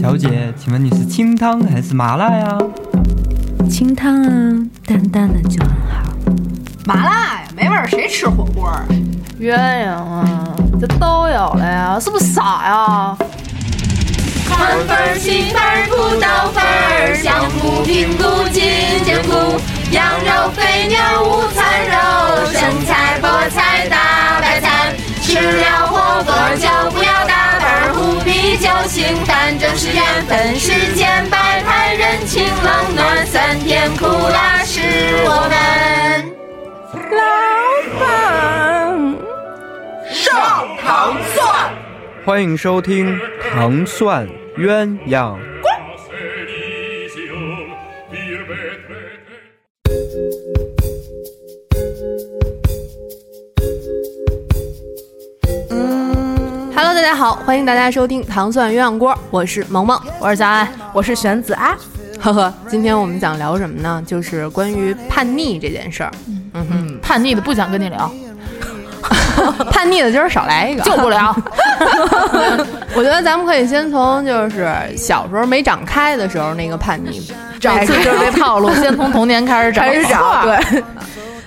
小姐，请问你是清汤还是麻辣呀？清汤啊，淡淡的就很好。麻辣呀，没味儿，谁吃火锅啊？鸳鸯啊，这都有了呀，是不是傻呀？糖粉儿、杏粉儿、土豆粉儿、香菇、平菇、金针菇、羊肉、肥牛、午餐肉、生菜、菠菜、大白菜。吃了火锅就不要打盹儿，喝啤酒行，反正是缘分。世间百态，人情冷暖，酸甜苦辣是我们。欢迎收听《糖蒜鸳鸯》。 Hello，大家好，欢迎大家收听《糖蒜鸳鸯锅》，我是萌萌，我是小安，我是玄子啊。呵呵，今天我们想聊什么呢？就是关于叛逆这件事儿。嗯嗯叛逆的不想跟你聊， 叛逆的今儿少来一个，就不聊。 我觉得咱们可以先从就是小时候没长开的时候那个叛逆，找次就是这套 路，先从童年开始找。开始找对。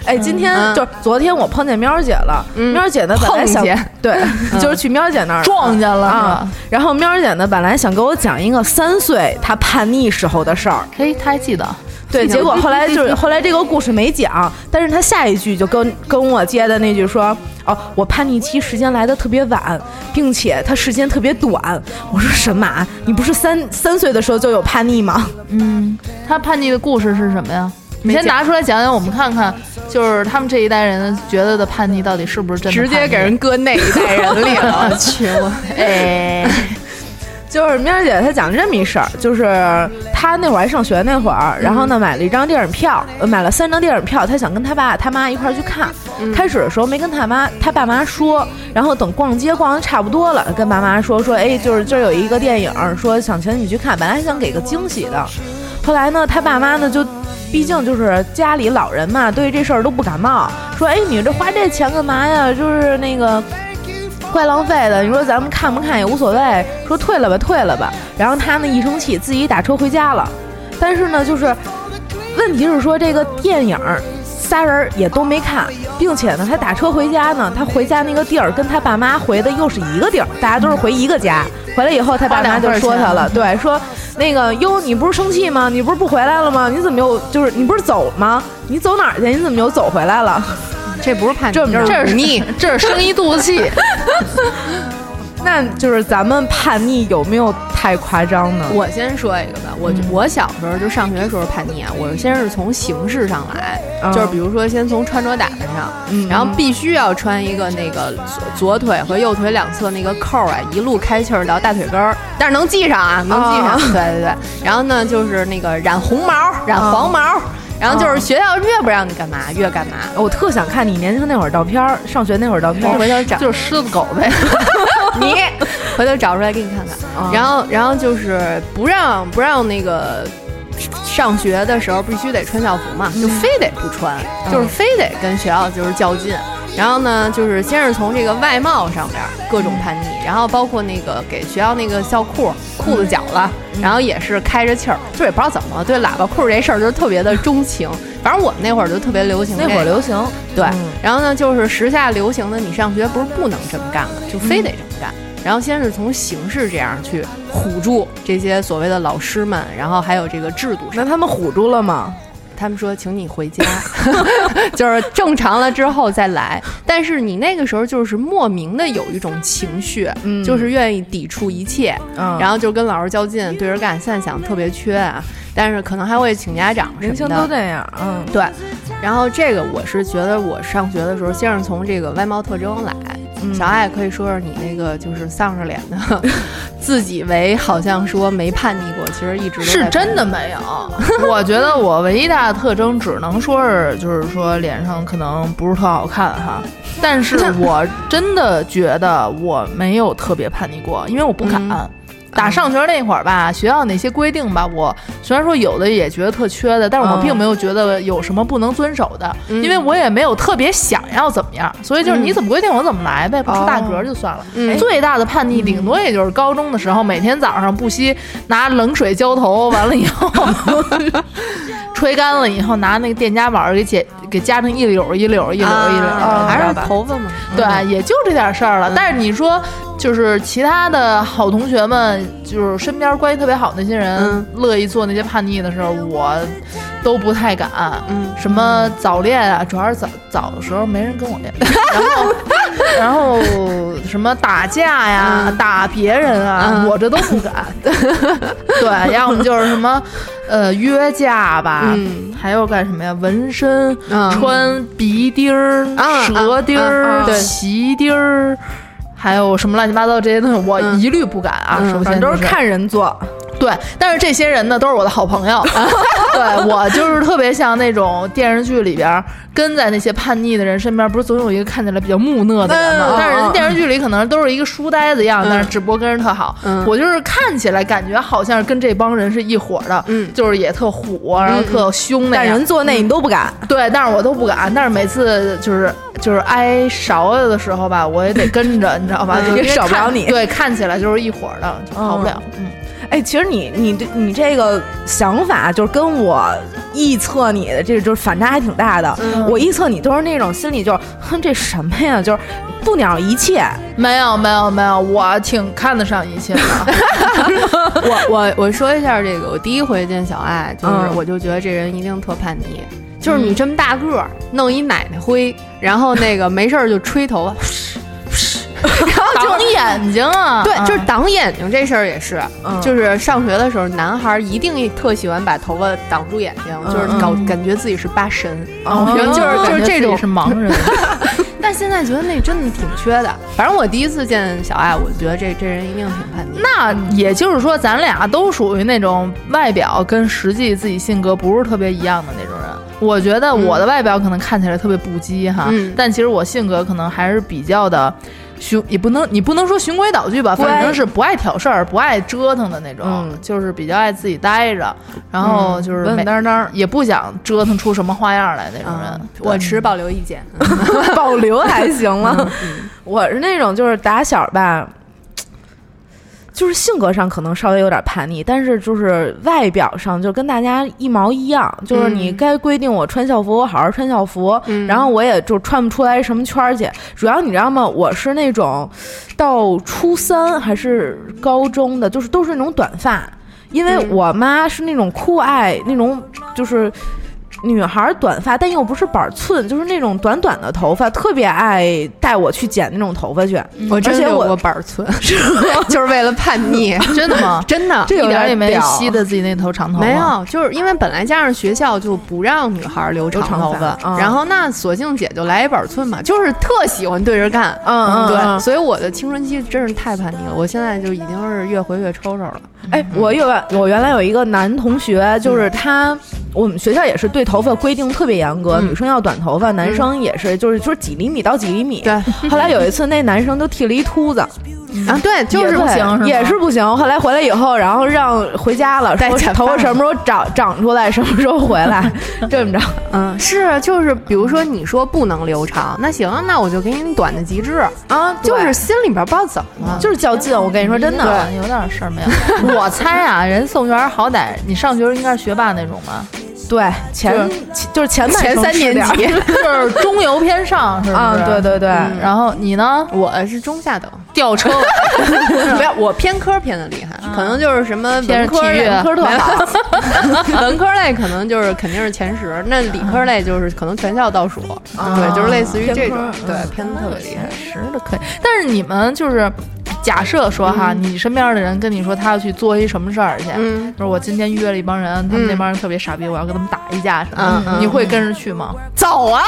哎，今天、嗯就是昨天我碰见喵儿姐了，喵儿姐呢本来碰想见对，就是去喵儿姐那儿撞见了啊是吧。然后喵儿姐呢本来想给我讲一个三岁她叛逆时候的事儿，哎，他还记得，对，结果后来就是后来这个故事没讲，但是她下一句就跟跟我接的那句说。哦，我叛逆期时间来的特别晚，并且它时间特别短。我说什么啊？你不是三三岁的时候就有叛逆吗？他叛逆的故事是什么呀？你先拿出来讲讲，我们看看，就是他们这一代人觉得的叛逆到底是不是真的？直接给人搁那一代人里了。我去我，哎，就是喵儿姐她讲这么一事儿，就是她那会儿还上学那会儿，然后呢买了一张电影票，呃买了三张电影票，她想跟她爸她妈一块儿去看。开始的时候没跟她妈她爸妈说，然后等逛街逛的差不多了，跟爸妈说说，哎，就是这儿有一个电影，说想请你去看，本来还想给个惊喜的，后来呢她爸妈呢就。毕竟就是家里老人嘛，对这事儿都不感冒。说，哎，你这花这钱干嘛呀？就是那个怪浪费的。你说咱们看不看也无所谓，说退了吧，退了吧。然后他呢一生气，自己打车回家了。但是呢，就是问题是说这个电影儿仨人儿也都没看，并且呢，他打车回家呢，他回家那个地儿跟他爸妈回的又是一个地儿，大家都是回一个家。回来以后，他爸妈就说他了， 对，说那个哟，你不是生气吗？你不是不回来了吗？你怎么又就是你不是走吗？你走哪儿去？你怎么又走回来了？这不是叛逆，这是这忤是逆。这是生一肚子气，那就是咱们叛逆有没有太夸张呢？ 我先说一个吧，我、嗯我小时候就上学的时候叛逆啊，我先是从形式上来，嗯就是比如说先从穿着打扮上，嗯然后必须要穿一个那个左左腿和右腿两侧那个扣儿啊，一路开气儿到大腿根儿，但是能系上哦啊，能系上，对对对。然后呢，就是那个染红毛，染哦黄毛，然后就是学校越不让你干嘛越干嘛。我特想看你年轻那会儿照片儿，上学那会儿照片我儿。回头找就是狮子狗呗。 你，回头找出来给你看看。嗯然后，然后就是不让不让那个上学的时候必须得穿校服嘛，嗯就非得不穿，就是非得跟学校就是较劲。然后呢，就是先是从这个外貌上边儿各种叛逆，嗯然后包括那个给学校那个校裤裤子绞了，嗯然后也是开着气儿，就也不知道怎么对喇叭裤这事儿就是特别的钟情。反正我们那会儿就特别流行这那个，会儿流行，对嗯，然后呢，就是时下流行的，你上学不是不能这么干了，就非得这么干。然后先是从形式这样去唬住这些所谓的老师们，然后还有这个制度那上，他们唬住了吗？他们说请你回 家，就是正常了之后再来。但是你那个时候就是莫名的有一种情绪，嗯就是愿意抵触一切，嗯，然后就跟老师较劲，对着干。现在想特别缺啊，但是可能还会请家长什么的。年轻都这样，嗯，对，然后这个我是觉得我上学的时候，先是从这个外貌特征来。嗯小爱可以说说你那个就是丧着脸的，自己为好像说没叛逆过，其实一直都是在真的没有。 我觉得我唯一大的特征只能说是，就是说脸上可能不是特好看哈，但是我真的觉得我没有特别叛逆过，因为我不敢。打上学那会儿吧，学校哪些规定吧，我虽然说有的也觉得特缺的，但是我嗯并没有觉得有什么不能遵守的，因为我也没有特别想要怎么样，所以就是你怎么规定我怎么来呗，不哦出大格就算了。嗯最大的叛逆，顶多也就是高中的时候，每天早上不惜拿冷水浇头，完了以后 吹干了以后，拿那个电夹板儿给解给夹成一绺儿一绺儿一绺儿一绺儿，啊还你知道是吧头发嘛，啊嗯对，也就这点事儿了。但是你说，就是其他的好同学们，就是身边关系特别好那些人嗯，乐意做那些叛逆的时候，我都不太敢。嗯什么早恋啊，主要是早早的时候没人跟 我恋，然后然后什么打架呀、打别人啊，嗯我这都 不敢。对，要么就是什么呃约架吧，嗯还有干什么呀？纹身。嗯穿鼻钉儿、啊蛇钉啊儿啊、对鳍钉儿，还有什么乱七八糟这些东西，我嗯一律不敢啊。嗯首反先正就都是看人做，对，但是这些人呢，都是我的好朋 友。对我就是特别像那种电视剧里边儿跟在那些叛逆的人身边，不是总有一个看起来比较木讷的人吗？嗯但是人家电视剧里可能都是一个书呆子样，嗯但是只不过跟人特好。嗯我就是看起来感觉好像是跟这帮人是一伙儿的，嗯就是也特虎，然后特凶那但啊样。人做那你都 不敢，对，但是我都不敢。但是每次就是就是挨勺子的时候吧，我也得跟着， 你知道吧？嗯就因为也少不看了你对，看起来就是一伙儿的，就跑不了。嗯，哎，其实你你这你这个想法，就是跟我臆测你的这就是反差还挺大的。嗯我臆测你都是那种心里就是，哼，这什么呀，就是不鸟一切。没有没有没有，我挺看得上一切 的。我我我说一下这个，我第一回见小爱，就是嗯我就觉得这人一定特叛逆。就是你这么大个儿，弄一奶奶灰，然后那个没事儿就吹头发，挡眼睛啊！对，就是嗯挡眼睛这事儿也是，嗯就是上学的时候，男孩儿一定特喜欢把头发挡住眼睛，就是搞感觉自己是八神，哦然后就是感觉就是这种自己是盲人，但现在觉得那真的挺缺的。反正我第一次见小爱，我觉得这这人一定挺叛逆。那也就是说，咱俩都属于那种外表跟实际自己性格不是特别一样的那种人。我觉得我的外表可能看起来特别不羁哈，嗯但其实我性格可能还是比较的循，也不能你不能说循规蹈矩吧，反正是不爱挑事儿、不爱折腾的那种，嗯就是比较爱自己待着，然后就是稳每稳当当，也不想折腾出什么花样来那种人。嗯，对我持保留意见。嗯保留还行了。我是那种就是打小吧，就是性格上可能稍微有点叛逆，但是就是外表上就跟大家一毛一样，就是你该规定我穿校服，我好好穿校服，然后我也就穿不出来什么圈儿去。主要你知道吗？我是那种到初三还是高中的，就是都是那种短发。因为我妈是那种酷爱那种，就是女孩儿短发，但又不是板寸，就是那种短短的头发，特别爱带我去剪那种头发去。嗯嗯我真而且留我过板 寸，就是为了叛逆，？真的 吗真的。这有一点儿也没点屌吸的自己那头长头发，没有，就是因为本来加上学校就不让女孩留长头留发长，发嗯然后那索性姐就来一板寸嘛，就是特喜欢对着干。嗯嗯对，嗯所以我的青春期真是太叛逆了，我现在就已经是越回越抽抽了。哎，我有我原来有一个男同嗯学，就是他，我们学校也是对头发规定特别严格，嗯女生要短头发，男生也是，就是就是几厘米到几厘米。对。后来有一次，那男生就剃了一秃子，啊，对，就也是不行，吗也是不行。后来回来以后，然后让回家了，戴说假发头发什么时候长长出来，什么时候回 来，这么着。嗯，是就是，比如说你说不能留长，那行，那我就给你短的极致啊，就是心里边不知道怎么了，就是较劲，我跟你说，真的。嗯对，有点事儿没有。 我猜啊，人宋元儿好歹你上学时候应该是学霸那种 吧，对，前就是前半前程三吃年点儿级 嗯就是中游偏上，是不是？嗯啊，对。对对，然后你呢？我是中下等，吊车尾， 没有，我偏科偏的厉害，可能嗯就是啊什么偏文科体育类，文科特好，文科类 可能就是肯定是前十，那理科类就是可能全校倒数，对，就是类似于这种，对，嗯偏的特别厉害。实的可以。但是你们就是假设说哈，你身边的人跟你说他要去做一什么事儿去，嗯就是我今天约了一帮人，他们嗯那帮人特别傻逼，我要跟他们打一架什么嗯的，嗯你会跟着去吗？走啊！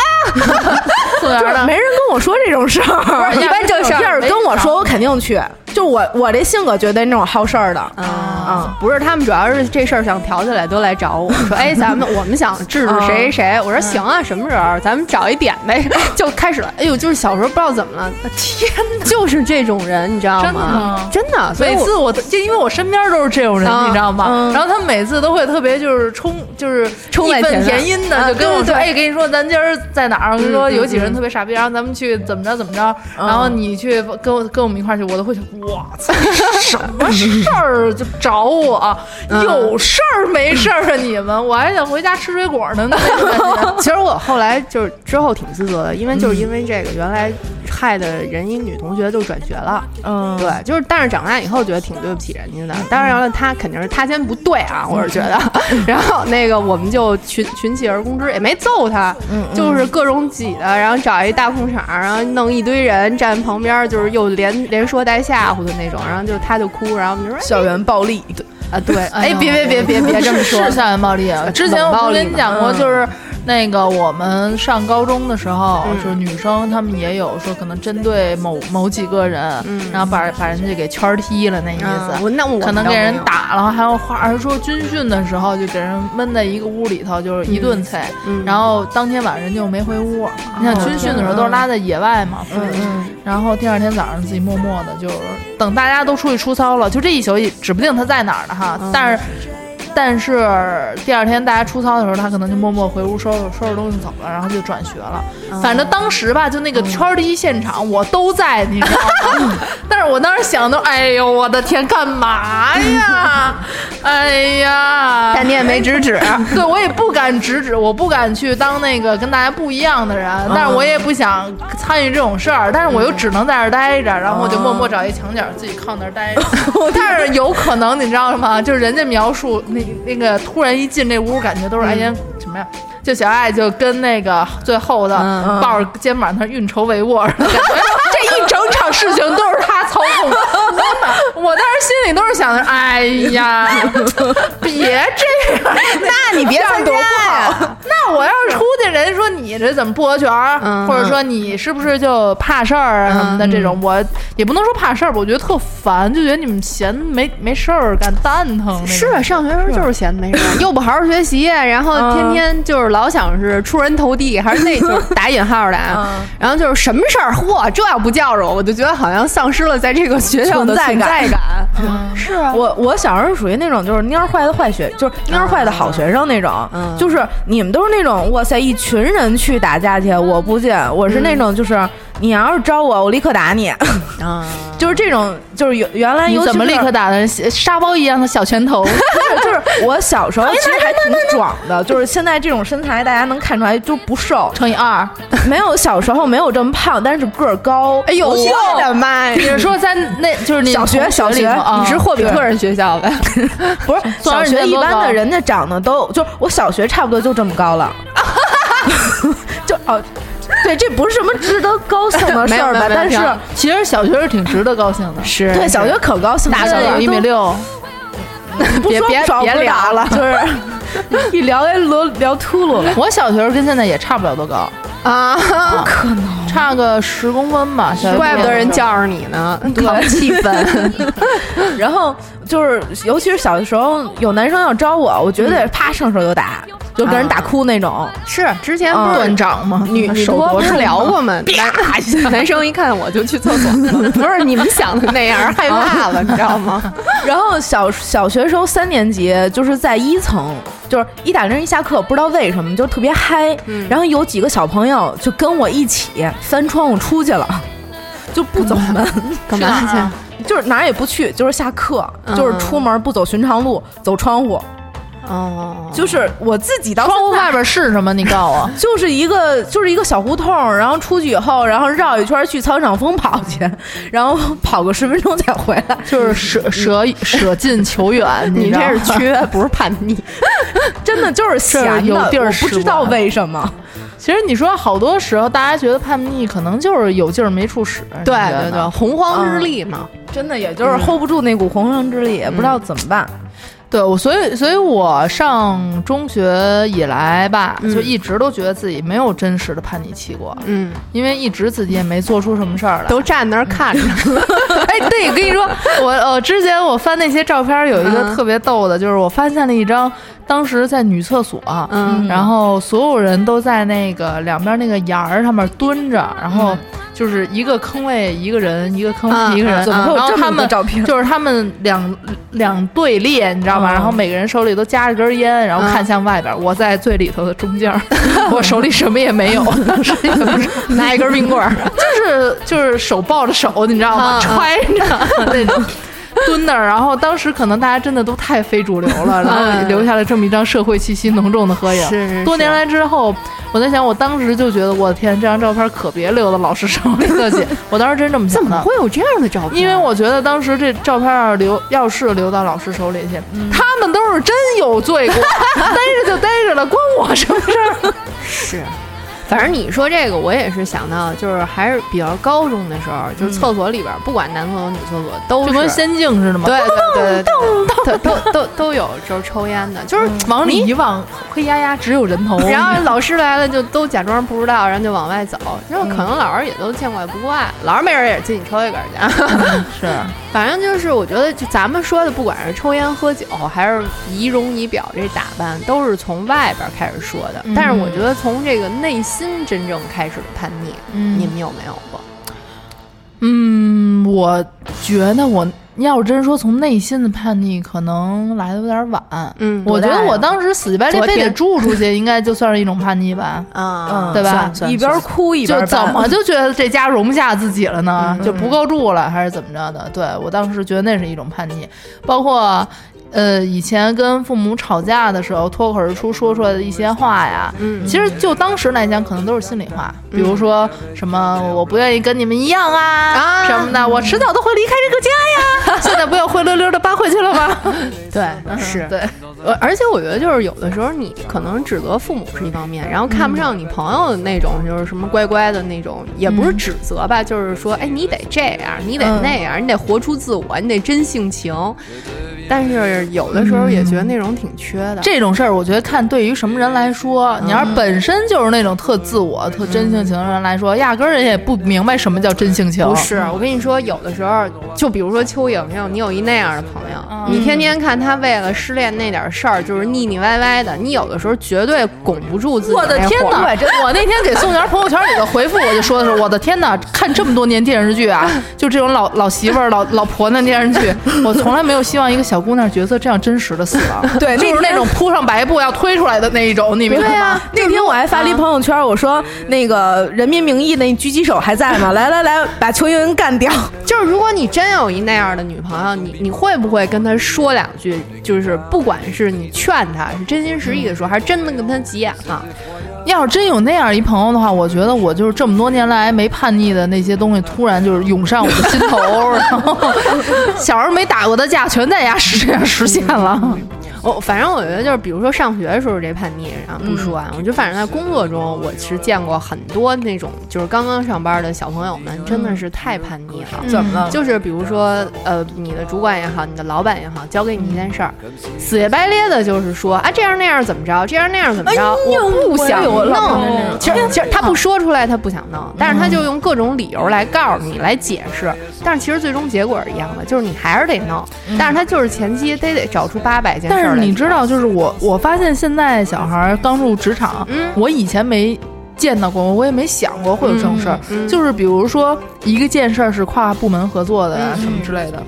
宋元就是呢？没人跟我说这种事儿，是一般这种事儿没跟我说，我肯定去。就我我这性格绝对那种好事儿的，啊，不是，他们主要是这事儿想挑起来，都来找我说，哎，咱们我们想治治谁谁谁。我说行啊，什么时候？咱们找一点呗， 就开始了。哎呦，就是小时候不知道怎么了， 天哪，就是这种人，你知道吗？真的，所以每我次我就因为我身边都是这种人，啊你知道吗嗯？然后他们每次都会特别就是冲就是冲在义愤前面填膺啊的，就跟对对我说：“对哎，跟你说咱今儿在哪儿？我跟你说嗯嗯有几个人特别傻逼，然后咱们去怎么着怎么着，然后你去跟我跟我们一块儿去。”我都会想：“哇 操，什么事儿啊就找我？嗯有事儿没事儿啊你们？我还想回家吃水果呢。”那种感觉 其实我后来就是之后挺自责的，因为就是因为这个，原来害的人一女同学就转学了。嗯，对，就是但是长大以后觉得挺对不起人家的。当然了，他肯定是他先不对啊，我是觉得。嗯 然后那个我们就群群起而攻之，也没揍他，嗯就是各种挤的，然后找一大空场，然后弄一堆人站旁边，就是又连连说带吓唬的那种。然后就他就哭，然后我们就说校园暴力，啊对，哎哎呦别别别别别这么说哎是，校园暴力啊！之前我不跟你讲过，嗯就是那个我们上高中的时候，嗯就是女生她们也有说可能针对某某几个人，然后把把人家给圈踢了那意嗯思。我那我可能给倒人没有打了，还有话而说军训的时候就给人闷在一个屋里头，就是一嗯顿菜，然后当天晚上人就没回屋。你哦想军训的时候都是拉在野外嘛，嗯然后第二天早上自己默默的，就是等大家都出去出操了，就这一宿也指不定他在哪儿呢哈。嗯但是，但是第二天大家出操的时候，他可能就默默回屋收拾收拾东西走了，然后就转学了。反正当时吧，就那个圈儿踢现场我都在，你知道吗？但是我当时想的，哎呦我的天，干嘛呀？哎呀，但你也没制止。哎 对我也不敢直指，我不敢去当那个跟大家不一样的人，但是我也不想参与这种事儿，但是我又只能在这儿待着，然后我就默默找一墙角自己靠那儿待着。但是有可能你知道吗？就是人家描述那那个突然一进这屋，感觉都是哎呀什么呀？就小爱就跟那个最后的抱着肩膀，他运筹帷幄似的，感觉这一整场事情都是他操控的。我我当时心里都是想的，哎呀，别这样，那你别参加呀，那我要是出去，人家说你这怎么不合群儿，嗯或者说你是不是就怕事儿啊什么的这种，我也不能说怕事儿吧，我觉得特烦，就觉得你们闲得没没事儿干，蛋疼那种。是啊，上学时候就是嗯闲的没事儿，又不好好学习，然后天天就是老想是出人头地，还是那 就是打引号的啊。然后就是什么事儿，嚯，这要不叫着我，我就觉得好像丧失了在这个学校的存存在在感感。我我小时候属于那种就是蔫儿坏的坏学，就是蔫儿坏的好学生那种，就是你们都是那种哇塞，一群人去打架去，我不进，我是那种就是、你要是招我，我立刻打你， 啊，就是这种，就是原原来你尤其怎么是立刻打的沙包一样的小拳头？不是， 就是我小时候其实还挺壮的，就是现在这种身材大家能看出来就不瘦，乘以二， 没有小时候没有这么胖，但是个儿高。哎呦，我的妈呀！比如说在那就是你小学同小里学头啊 你是 霍比特人学校呗？不是总小而言学之一多般高的人家长得都就我小学差不多就这么 高了，就哦，对，这不是什 么值得高兴的事没有儿没有吧？没有但是其实小学是挺值得高兴 的，是对小学可高兴了，大小有一米六，不别说别找别不聊着了，就是 一聊哎聊聊秃噜了。我小学跟现在也差不了多高，啊，差个十公分吧，小学怪不得人的时候叫着你呢，扛气 氛。 然后就是，尤其是小的时候，有男生要招我，我绝嗯对啪上手就打，就给人啊打哭那种。是之前不是断掌吗？嗯女女手主播多不是重聊啊过吗？男男生一看我就去厕所了，不是你们想的那样，害怕了，你知道吗？ 然后小小学时候三年级就是在一层，就是一打铃一下课，不知道为什么就特别嗨。嗯然后有几个小朋友就跟我一起翻窗户出去了， 就不走门， 干嘛去？就是哪儿也不去，就是下课，嗯就是出门不走寻常路，走窗户。哦，就是我自己到窗户现在。外边是什么？你告 诉我就是一个就是一个小胡同，然后出去以后，然后绕一圈去操场疯跑去， 然后跑个十分钟才回来。就是 舍舍舍近求远，你知道这是吗缺，不是叛逆。真的就是闲的，这有地儿我使不知道唤为什么。其实你说好多时候，大家觉得叛逆可能就是有劲儿没处使。你 对觉得对对，呢洪荒之力嘛。真的也就是 hold 不住那股洪荒之力，也不知道怎么办。对，我所以所以我上中学以来吧，就一直都觉得自己没有真实的叛逆期过，嗯，因为一直自己也没做出什么事儿 来。都站那儿看着，哎，对，跟你说，我呃，之前我翻那些照片儿，有一个嗯特别逗的，就是我发现了一张，当时在女厕所，啊嗯然后所有人都在那个两边那个沿儿上面蹲着，然后就是一个坑位一个人，一个坑嗯位一个人，啊嗯怎么会有然后这么他们多照片就是他们两两队列，你知道吧？嗯然后每个人手里都夹着根烟，然嗯后看向外边，我在最里头的 中间儿，我手里什么也没有，拿一根冰棍儿， 就是就是手抱着手，你知道嗯吗？嗯揣 着那种。 蹲那儿，然后当时可能大家真的都太非主流了，然后嗯留下了这么一张社会气息浓重的合影。是是多是年来之后，我在想，我当时就觉得，我的天，这张照片可别留到老师手里客 气。我当时真这么想怎的么。会有这样的照片？因为我觉得当时这照片要留，要是留到老师手里去，他们都是真有罪 过，待着就待着了，关我什么事儿？是，反正你说这个，我也是想到，就是还是比较高中的时候，就是厕所里边儿，不管男厕所女厕所都。就是跟仙境似的嘛，对对对对对，都都都有就是抽烟的，就是往里你一望，黑压压只有人头。然后老师来了就都假装不知道，然后就往外走。就是可能老师也都见怪不怪，老师没准也自己抽一根儿去。 是，反正就是我觉得，就咱们说的，不管是抽烟、喝酒，还是仪容仪表这打扮，都是从外边开始说嗯的。但是我觉得从这个内心真正开始的叛逆，嗯你们有没有过？嗯，我觉得我要是真说从内心的叛逆，可能来的有点晚。嗯我觉得多大呀我当时死乞白赖昨非得天住出去，应该就算是一种叛逆吧。啊，对吧一边哭一边就搬怎么就觉得这家容不下自己了呢？就不够住了，还是怎么着的？对我当时觉得那是一种叛逆，包括。呃，以前跟父母吵架的时候，脱口而出说出来的一些话呀，嗯，其实就当时来讲，可能都是心里话，比如说什么我不愿意跟你们一样啊，啊什么的，我迟早都会离开这个家呀。现在不要灰溜溜的搬回去了吗？对，是对，呃，而且我觉得就是有的时候你可能指责父母是一方面，然后看不上你朋友的那种，就是什么乖乖的那种，也不是指责吧，就是说，哎，你得这样，你得那样，你得活出自我，你得真性情。但是有的时候也觉得那种挺缺的。哦这种事儿，我觉得看对于什么人来说，你要是本身就是那种特自我、特真性情的人来说，压根儿人也不明白什么叫真性情。不是，我跟你说，有的时候，就比如说邱莹莹，你有一那样的朋友，你天天看她为了失恋那点事儿，就是腻腻歪歪的，你有的时候绝对拱不住自己。我的天哪！哪！ 我那天给宋璇朋友圈里的回复，我就说的是，我的天哪，看这么多年电视剧 啊，就这种老老媳妇儿、老老婆那电视剧，我从来没有希望一个小姑娘角色这样真实的死 亡。 对就是那那天种铺上白布要推出来的那一种，你明白吗？对啊，那天我还发了一朋友圈，我说那个《人民名义》那狙击手还在吗？来来来，把邱莹莹干掉！就是如果你真有一那样的女朋友，你你会不会跟她说两句？就是不管是你劝她是真心实意的说，还是真的跟她急眼了，要是真有那样一朋友的话，我觉得我就是这么多年来没叛逆的那些东西，突然就是涌上我的心头， 然后小时候没打过的架，全在家实实现了。我、反正我觉得就是，比如说上学的时候这叛逆，然后不说啊，我就反正在工作中，我是见过很多那种就是刚刚上班的小朋友们，真的是太叛逆了。怎么了？就是比如说，呃，你的主管也好，你的老板也好，交给你一件事儿，死乞白咧的，就是说啊，这样那样怎么着，这样那样怎么着，我不想我老弄婆那种。其实其实他不说出来，他不想弄，但是他就用各种理由来告诉你，来解释。但是其实最终结果是一样的，就是你还是得弄，但是他就是前期得得找出八百件事但儿是来你弄知道，就是我我发现现在小孩儿刚入职场，嗯我以前没。见到过，我也没想过会有这种事儿。嗯嗯就是比如说，一个件事儿是跨部门合作的呀、嗯什么之类的。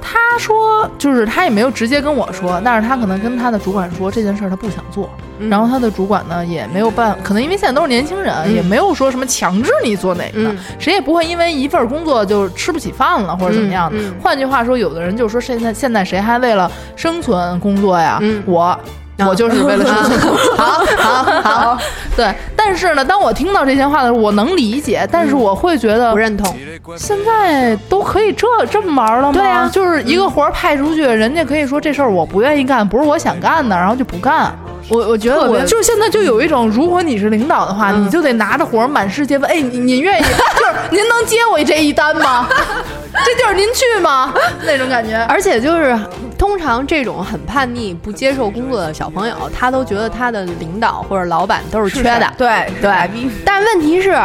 他说，就是他也没有直接跟我说，但是他可能跟他的主管说这件事儿他不想做，嗯然后他的主管呢也没有办，可能因为现在都是年轻人，也没有说什么强制你做哪个的，嗯谁也不会因为一份工作就吃不起饭了或者怎么样的。嗯嗯换句话说，有的人就说现在现在谁还为了生存工作呀？嗯我。我就是为了生 存工作，好好好，对。但是呢，当我听到这些话的时候，我能理解，但是我会觉得不认同，现在都可以这这么玩了吗？对啊就是一个活儿派出去，人家可以说这事儿我不愿意干，不是我想干的，然后就不干。我我觉得特我别就是现在就有一种，如果你是领导的话，你就得拿着活儿满世界问，哎，您您愿意，就是您能接我这一单 吗？这地儿您去吗？那种感觉。而且就是，通常这种很叛逆、不接受工作的小朋友，他都觉得他的领导或者老板都是缺的。对对，但问题是，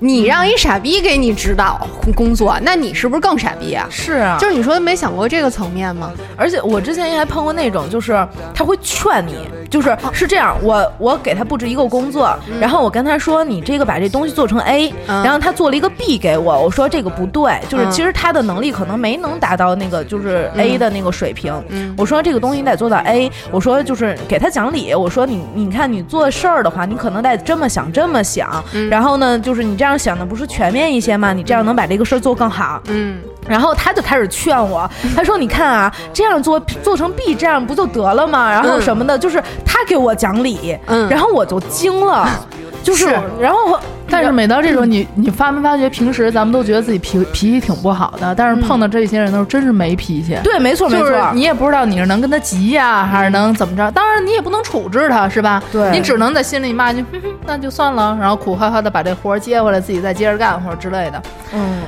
你让一傻逼给你指导工作，那你是不是更傻逼啊？是啊，就是你说没想过这个层面吗？而且我之前还碰过那种，就是他会劝你，就是哦是这样，我我给他布置一个工作，然后我跟他说你这个把这东西做成 A，、嗯然后他做了一个 B 给我，我说这个不对，就是嗯其实他的能力可能没能达到那个就是 A 的那个水平，嗯我说这个东西你得做到 A，我说就是给他讲理，我说你你看你做事儿的话，你可能得这么想这么想，嗯然后呢就是你这样想的不是全面一些吗？你这样能把这个事儿做更好，嗯，然后他就开始劝我，他说：“你看啊，这样做做成 B 这样不就得了吗？然后什么的，嗯就是他给我讲理，嗯然后我就惊了， 就是，是然后我但是每到这时候，嗯你你发没发觉，平时咱们都觉得自己脾脾气挺不好的，但是碰到这些人的时候，真是没脾气。对，没错，没就错是，你也不知道你是能跟他急呀、还是能怎么着。当然，你也不能处置他，是吧？对你只能在心里骂一句，哼哼，那就 算了，然后苦哈哈的把这活儿接回来，自己再接着干或者之类的。嗯，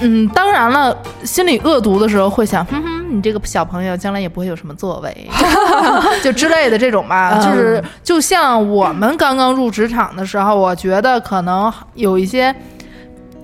嗯，当然了，心里恶毒的时候会想，哼哼，你这个小朋友将来也不会有什么作为， 就之类的这种吧。就是就像我们刚刚入职场的时候，我觉得可能有一些。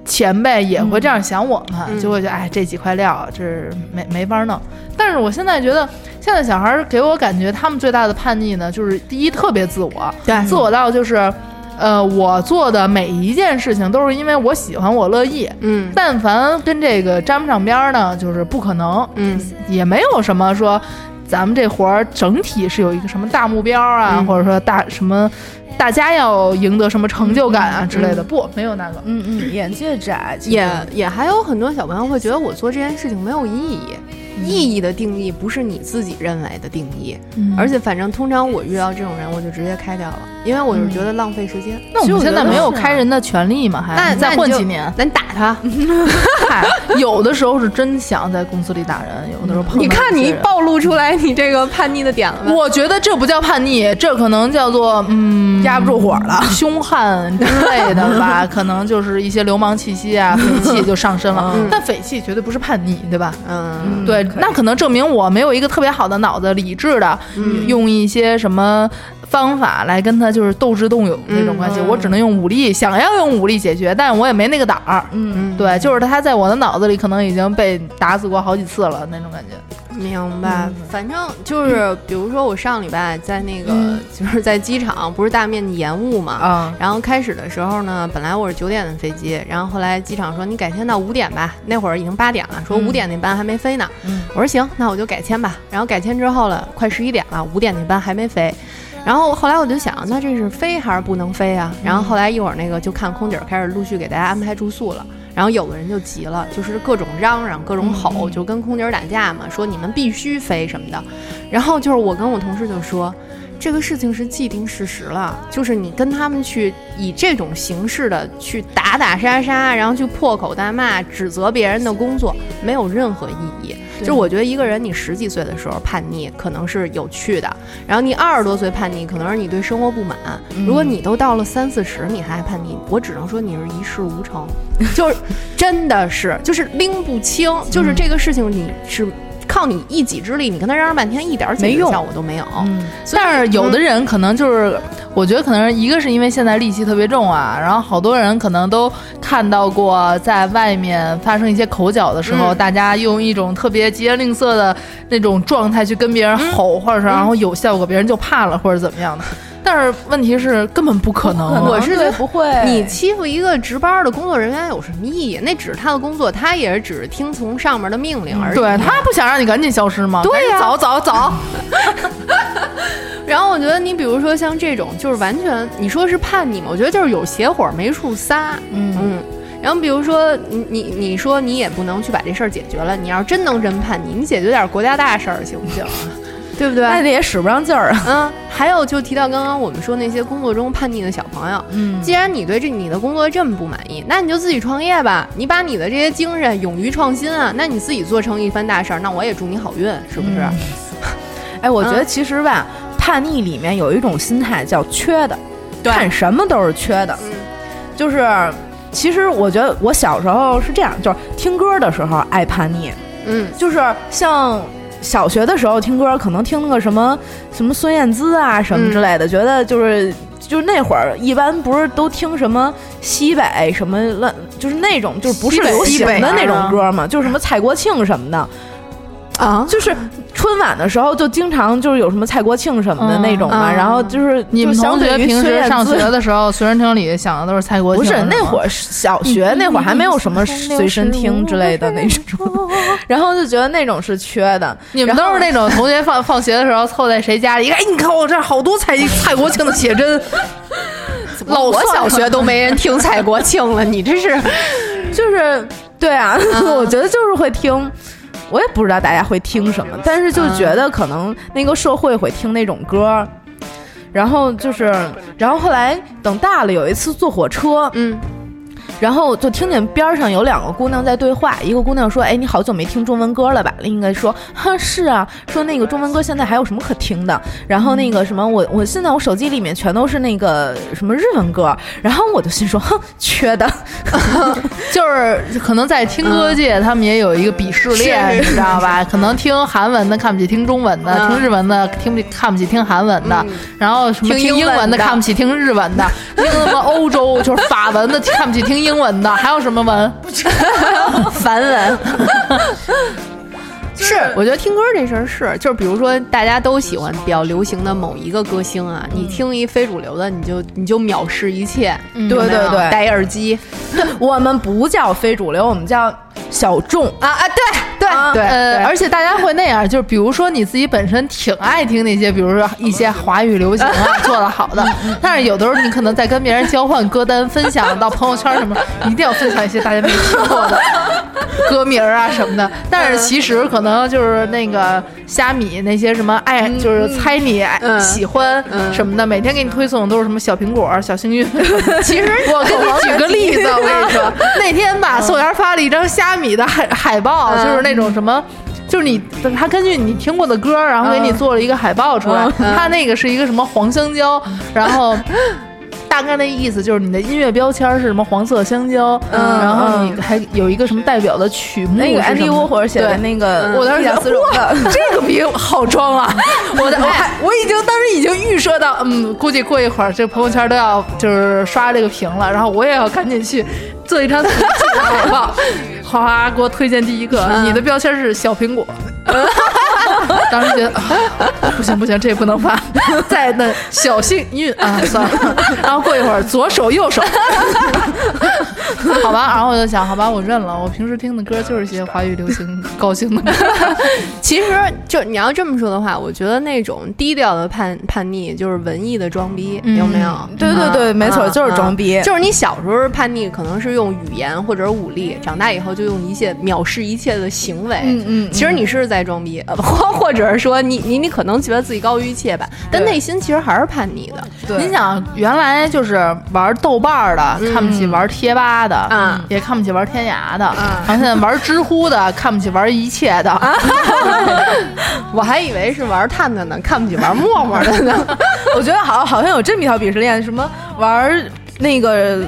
前辈也会这样想我们，就会觉得哎，这几块料这是没没法弄。但是我现在觉得，现在小孩儿给我感觉，他们最大的叛逆呢，就是第一特别自我，对自我到就是，呃，我做的每一件事情都是因为我喜欢，我乐意，嗯但凡跟这个沾不上边儿呢，就是不可能。嗯，也没有什么说，咱们这活儿整体是有一个什么大目标啊，嗯或者说大什么，大家要赢得什么成就感啊之类的。不，没有那个。嗯嗯，眼界窄，其实也也还有很多小朋友会觉得我做这件事情没有意义，意义的定义不是你自己认为的定义，而且反正通常我遇到这种人，我就直接开掉了，因为我就是觉得浪费时间。 那我们现在没有是开人的权利嘛？那还你再那混就，几年那你打他，嗨有的时候是真想在公司里打人，有的时候碰到你看一些你人暴露出来你这个叛逆的点了吧？我觉得这不叫叛逆，这可能叫做嗯压不住火了。凶悍之类的 吧，可能就是一些流氓气息啊，匪气就上身了。嗯但匪气绝对不是叛逆，对吧？嗯，对，那可能证明我没有一个特别好的脑子，理智的，嗯用一些什么方法来跟他就是斗智斗勇那种关系，嗯我只能用武力，想要用武力解决，但我也没那个胆儿。嗯，对，就是他在我的脑子里可能已经被打死过好几次了那种感觉。明白。反正就是，比如说我上礼拜在那个就是在机场，不是大面积延误嘛，啊，然后开始的时候呢，本来我是九点的飞机，然后后来机场说你改签到五点吧，那会儿已经八点了，说五点那班还没飞呢。我说行，那我就改签吧。然后改签之后了，快十一点了，五点那班还没飞。然后后来我就想，那这是飞还是不能飞啊？然后后来一会儿那个就看空姐儿开始陆续给大家安排住宿了。然后有个人就急了，就是各种嚷嚷、各种吼，就跟空姐儿打架嘛，说你们必须飞什么的。然后就是我跟我同事就说，这个事情是既定事实了，就是你跟他们去以这种形式的去打打杀杀，然后去破口大骂、指责别人的工作，没有任何意义。就是我觉得一个人，你十几岁的时候叛逆可能是有趣的，然后你二十多岁叛逆，可能是你对生活不满。嗯如果你都到了三四十，你还叛逆，我只能说你是一事无成，就是真的是就是拎不清，嗯就是这个事情你是靠你一己之力，你跟他嚷嚷半天一点儿解没决用嗯效果都没有。但是有的人可能就是，我觉得可能一个是因为现在戾气特别重啊，然后好多人可能都看到过，在外面发生一些口角的时候，大家用一种特别疾言吝啬的那种状态去跟别人吼，或者是然后有效果，别人就怕了或者怎么样的。但是问题是根本不可能啊，我是觉得对不会，你欺负一个值班儿的工作人员有什么意义？那只是他的工作，他也是只是听从上面的命令而已。对他不想让你赶紧消失吗？啊对呀、赶紧走走 走。然后我觉得你比如说像这种，就是完全你说是叛逆嘛，我觉得就是有邪火没处撒。嗯然后比如说你你你说你也不能去把这事儿解决了，你要是真能真叛逆，你解决点国家大事儿行不行？啊对不对？那也使不上劲儿啊。 嗯，还有就提到刚刚我们说那些工作中叛逆的小朋友，嗯，既然你对这你的工作这么不满意，那你就自己创业吧。你把你的这些精神勇于创新啊，那你自己做成一番大事儿，那我也祝你好运，是不是？哎，我觉嗯得其实吧，叛逆里面有一种心态叫缺的，看什么都是缺的，就是。其实我觉得我小时候是这样，就是听歌的时候爱叛逆，嗯就是像小学的时候听歌，可能听那个什么什么孙燕姿啊什么之类的，觉得就是就是那会儿一般不是都听什么西北什么乱，就是那种就是不是西北流行西北的啊那种歌嘛，就是什么蔡国庆什么的，啊，就是春晚的时候就经常就是有什么蔡国庆什么的嗯那种嘛，嗯然后就是你们就同相对学于平孙时燕姿上学 的时候，随身听里想的都是蔡国庆不吗。是那会儿小学那会儿还没有什么随身听之类的那种， 然后就觉得那种是缺的。你们都是那种同学放放学的时候凑在谁家里，哎，你看我这儿好多蔡蔡国庆的写 真，老我小学都没人听蔡国庆了，你这是就是对啊， 我觉得就是会听。我也不知道大家会听什么，但是就觉得可能那个社会会听那种歌，然后就是，然后后来等大了，有一次坐火车，嗯，然后就听见边儿上有两个姑娘在对话，一个姑娘说：“哎，你好久没听中文歌了吧？”另一个说：“哈，是啊，说那个中文歌现在还有什么可听的？”然后那个什么，我我现在我手机里面全都是那个什么日文歌，然后我就心说：“哼，缺的。”就是可能在听歌嗯界，他们也有一个鄙视链，你知道吧？可能听韩文的看不起听中文的，听日文的听不起看不起听韩文的，然后什嗯么听听英英文文的的看不起听日文的，听什么欧洲就是法文的看不起听英文的，还有什么文？梵文。是，我觉得听歌这事儿是，就是比如说大家都喜欢比较流行的某一个歌星啊，你听一非主流的，你就你就藐视一切，有嗯没有嗯对对对戴耳机 我们不叫非主流，我们叫小众。啊啊，对对、啊对，呃，而而且大家会那样，就是比如说你自己本身挺爱听那些，比如说一些华语流行 啊做的好的，嗯但是有的时候你可能在跟别人交换歌单，分享到朋友圈什么，一定要分享一些大家没听 过的歌名啊什么的。但嗯是其实可能就是那个虾米那些什么爱，就是猜你爱嗯喜欢什么的，每天给你推送的都是什么小苹果、小幸运。 其实哦我给你举个例子，啊我跟你 说，那天嗯吧，宋元发了一张虾米的海海报，嗯就是那种什么。就是你，他根据你听过的歌，然后给嗯你做了一个海报出来。他那个是一个什么黄香蕉，然后大概那意思就是你的音乐标签是什么黄色香蕉，嗯然后你还有一个什么代表的曲目是什那么。个安迪沃霍尔写的对那个，我当时想想，哇，这个比好装啊！我的我还我已经当时已经预设到，嗯，估计过一会儿这朋友圈都要就是刷这个屏了，然后我也要赶紧去做一张自己的海报。哗哗给我推荐第一个，你的标签是小苹果。当时觉得、 啊不行不行，这不能发。再那小幸运啊，算了。然后过一会儿左手右手，好吧。然后我就想，好吧，我认了。我平时听的歌就是一些华语流 行高兴的歌。其实就你要这么说的话，我觉得那种低调的叛叛逆就是文艺的装逼，嗯有没有？对对对啊没错啊就是装逼啊就是你小时候叛逆可能是用语言或者武力，长大以后就用一切藐视一切的行为。嗯嗯嗯其实你是在装逼，呃 或、或者是说你你你可能觉得自己高于一切吧，但内心其实还是叛逆的。 你想，原来就是玩豆瓣儿的，看不起玩贴吧的，嗯也看不起玩天涯的，然后现在玩知乎的，看不起玩一切的，我还以为是玩探探呢，看不起玩陌陌的 呢。我觉得好好像有这么一条鄙视链，什么玩儿那个。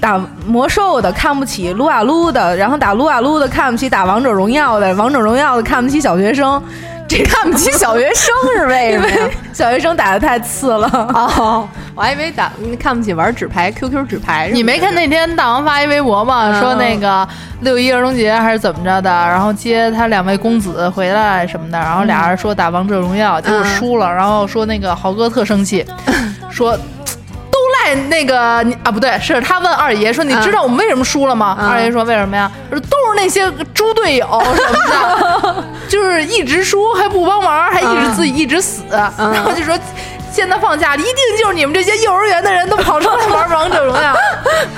打魔兽的看不起撸啊撸的，然后打撸啊撸的看不起打王者荣耀的，王者荣耀的看不起小学生，这看不起小学生是为什 啊么？小学生打的太次 了。哦，我还以为打看不起玩纸牌，QQ 纸牌。你没看那天大王发一微博吗？说那个六一儿童节还是怎么着的，然后接他两位公子回来什么的，然后俩人说打王者荣耀，结果输了，然后说那个豪哥特生气，说。都赖那个你啊，不对，是他问二爷说：“你知道我们为什么输了吗？”二爷说：“为什么呀？”说都是那些猪队友什么的，就是一直输还不帮忙，还一直自己一直死，然后就说。现在放假了，一定就是你们这些幼儿园的人都跑出来玩王者荣 耀。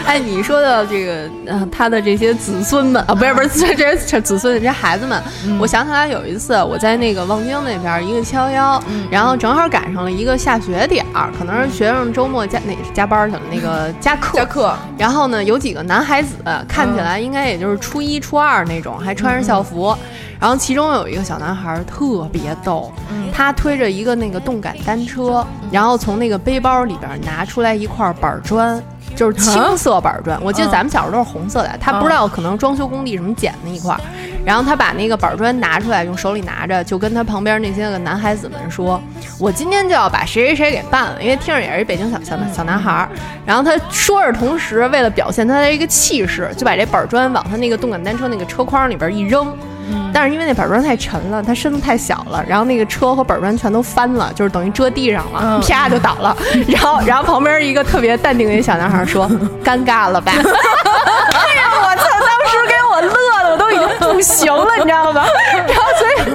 哎，你说的这个，呃，他的这些子孙们啊，不是不是，这这这子孙，这孩子们，我想起来有一次我在那个望京那边儿一个七幺幺，然后正好赶上了一个下学点儿，可能是学生周末加那加班儿去了，那个加课下课，然后呢，有几个男孩子看起来应该也就是初一、初二那种，还穿着校服。然后其中有一个小男孩儿特别逗，他推着一个那个动感单车，然后从那个背包里边拿出来一块板砖。就是青色板砖，我记得咱们小时候都是红色的，他不知道可能装修工地什么捡的一块儿，然后他把那个板砖拿出来，用手里拿着，就跟他旁边那些个男孩子们说：“我今天就要把谁谁谁给办了。”因为听着也是一北京小小小男孩儿。然后他说着，同时为了表现他的一个气势，就把这板砖往他那个动感单车那个车筐里边一扔。但是因为那板砖太沉了，他身子太小了，然后那个车和板砖全都翻了，就是等于遮地上了，啪就倒了。然后，然后旁边一个特别淡定的一小男孩说：“尴尬了吧？”哎呀，我操！啊当时给我乐的，我都已经不行了，你知道吗？然后所以。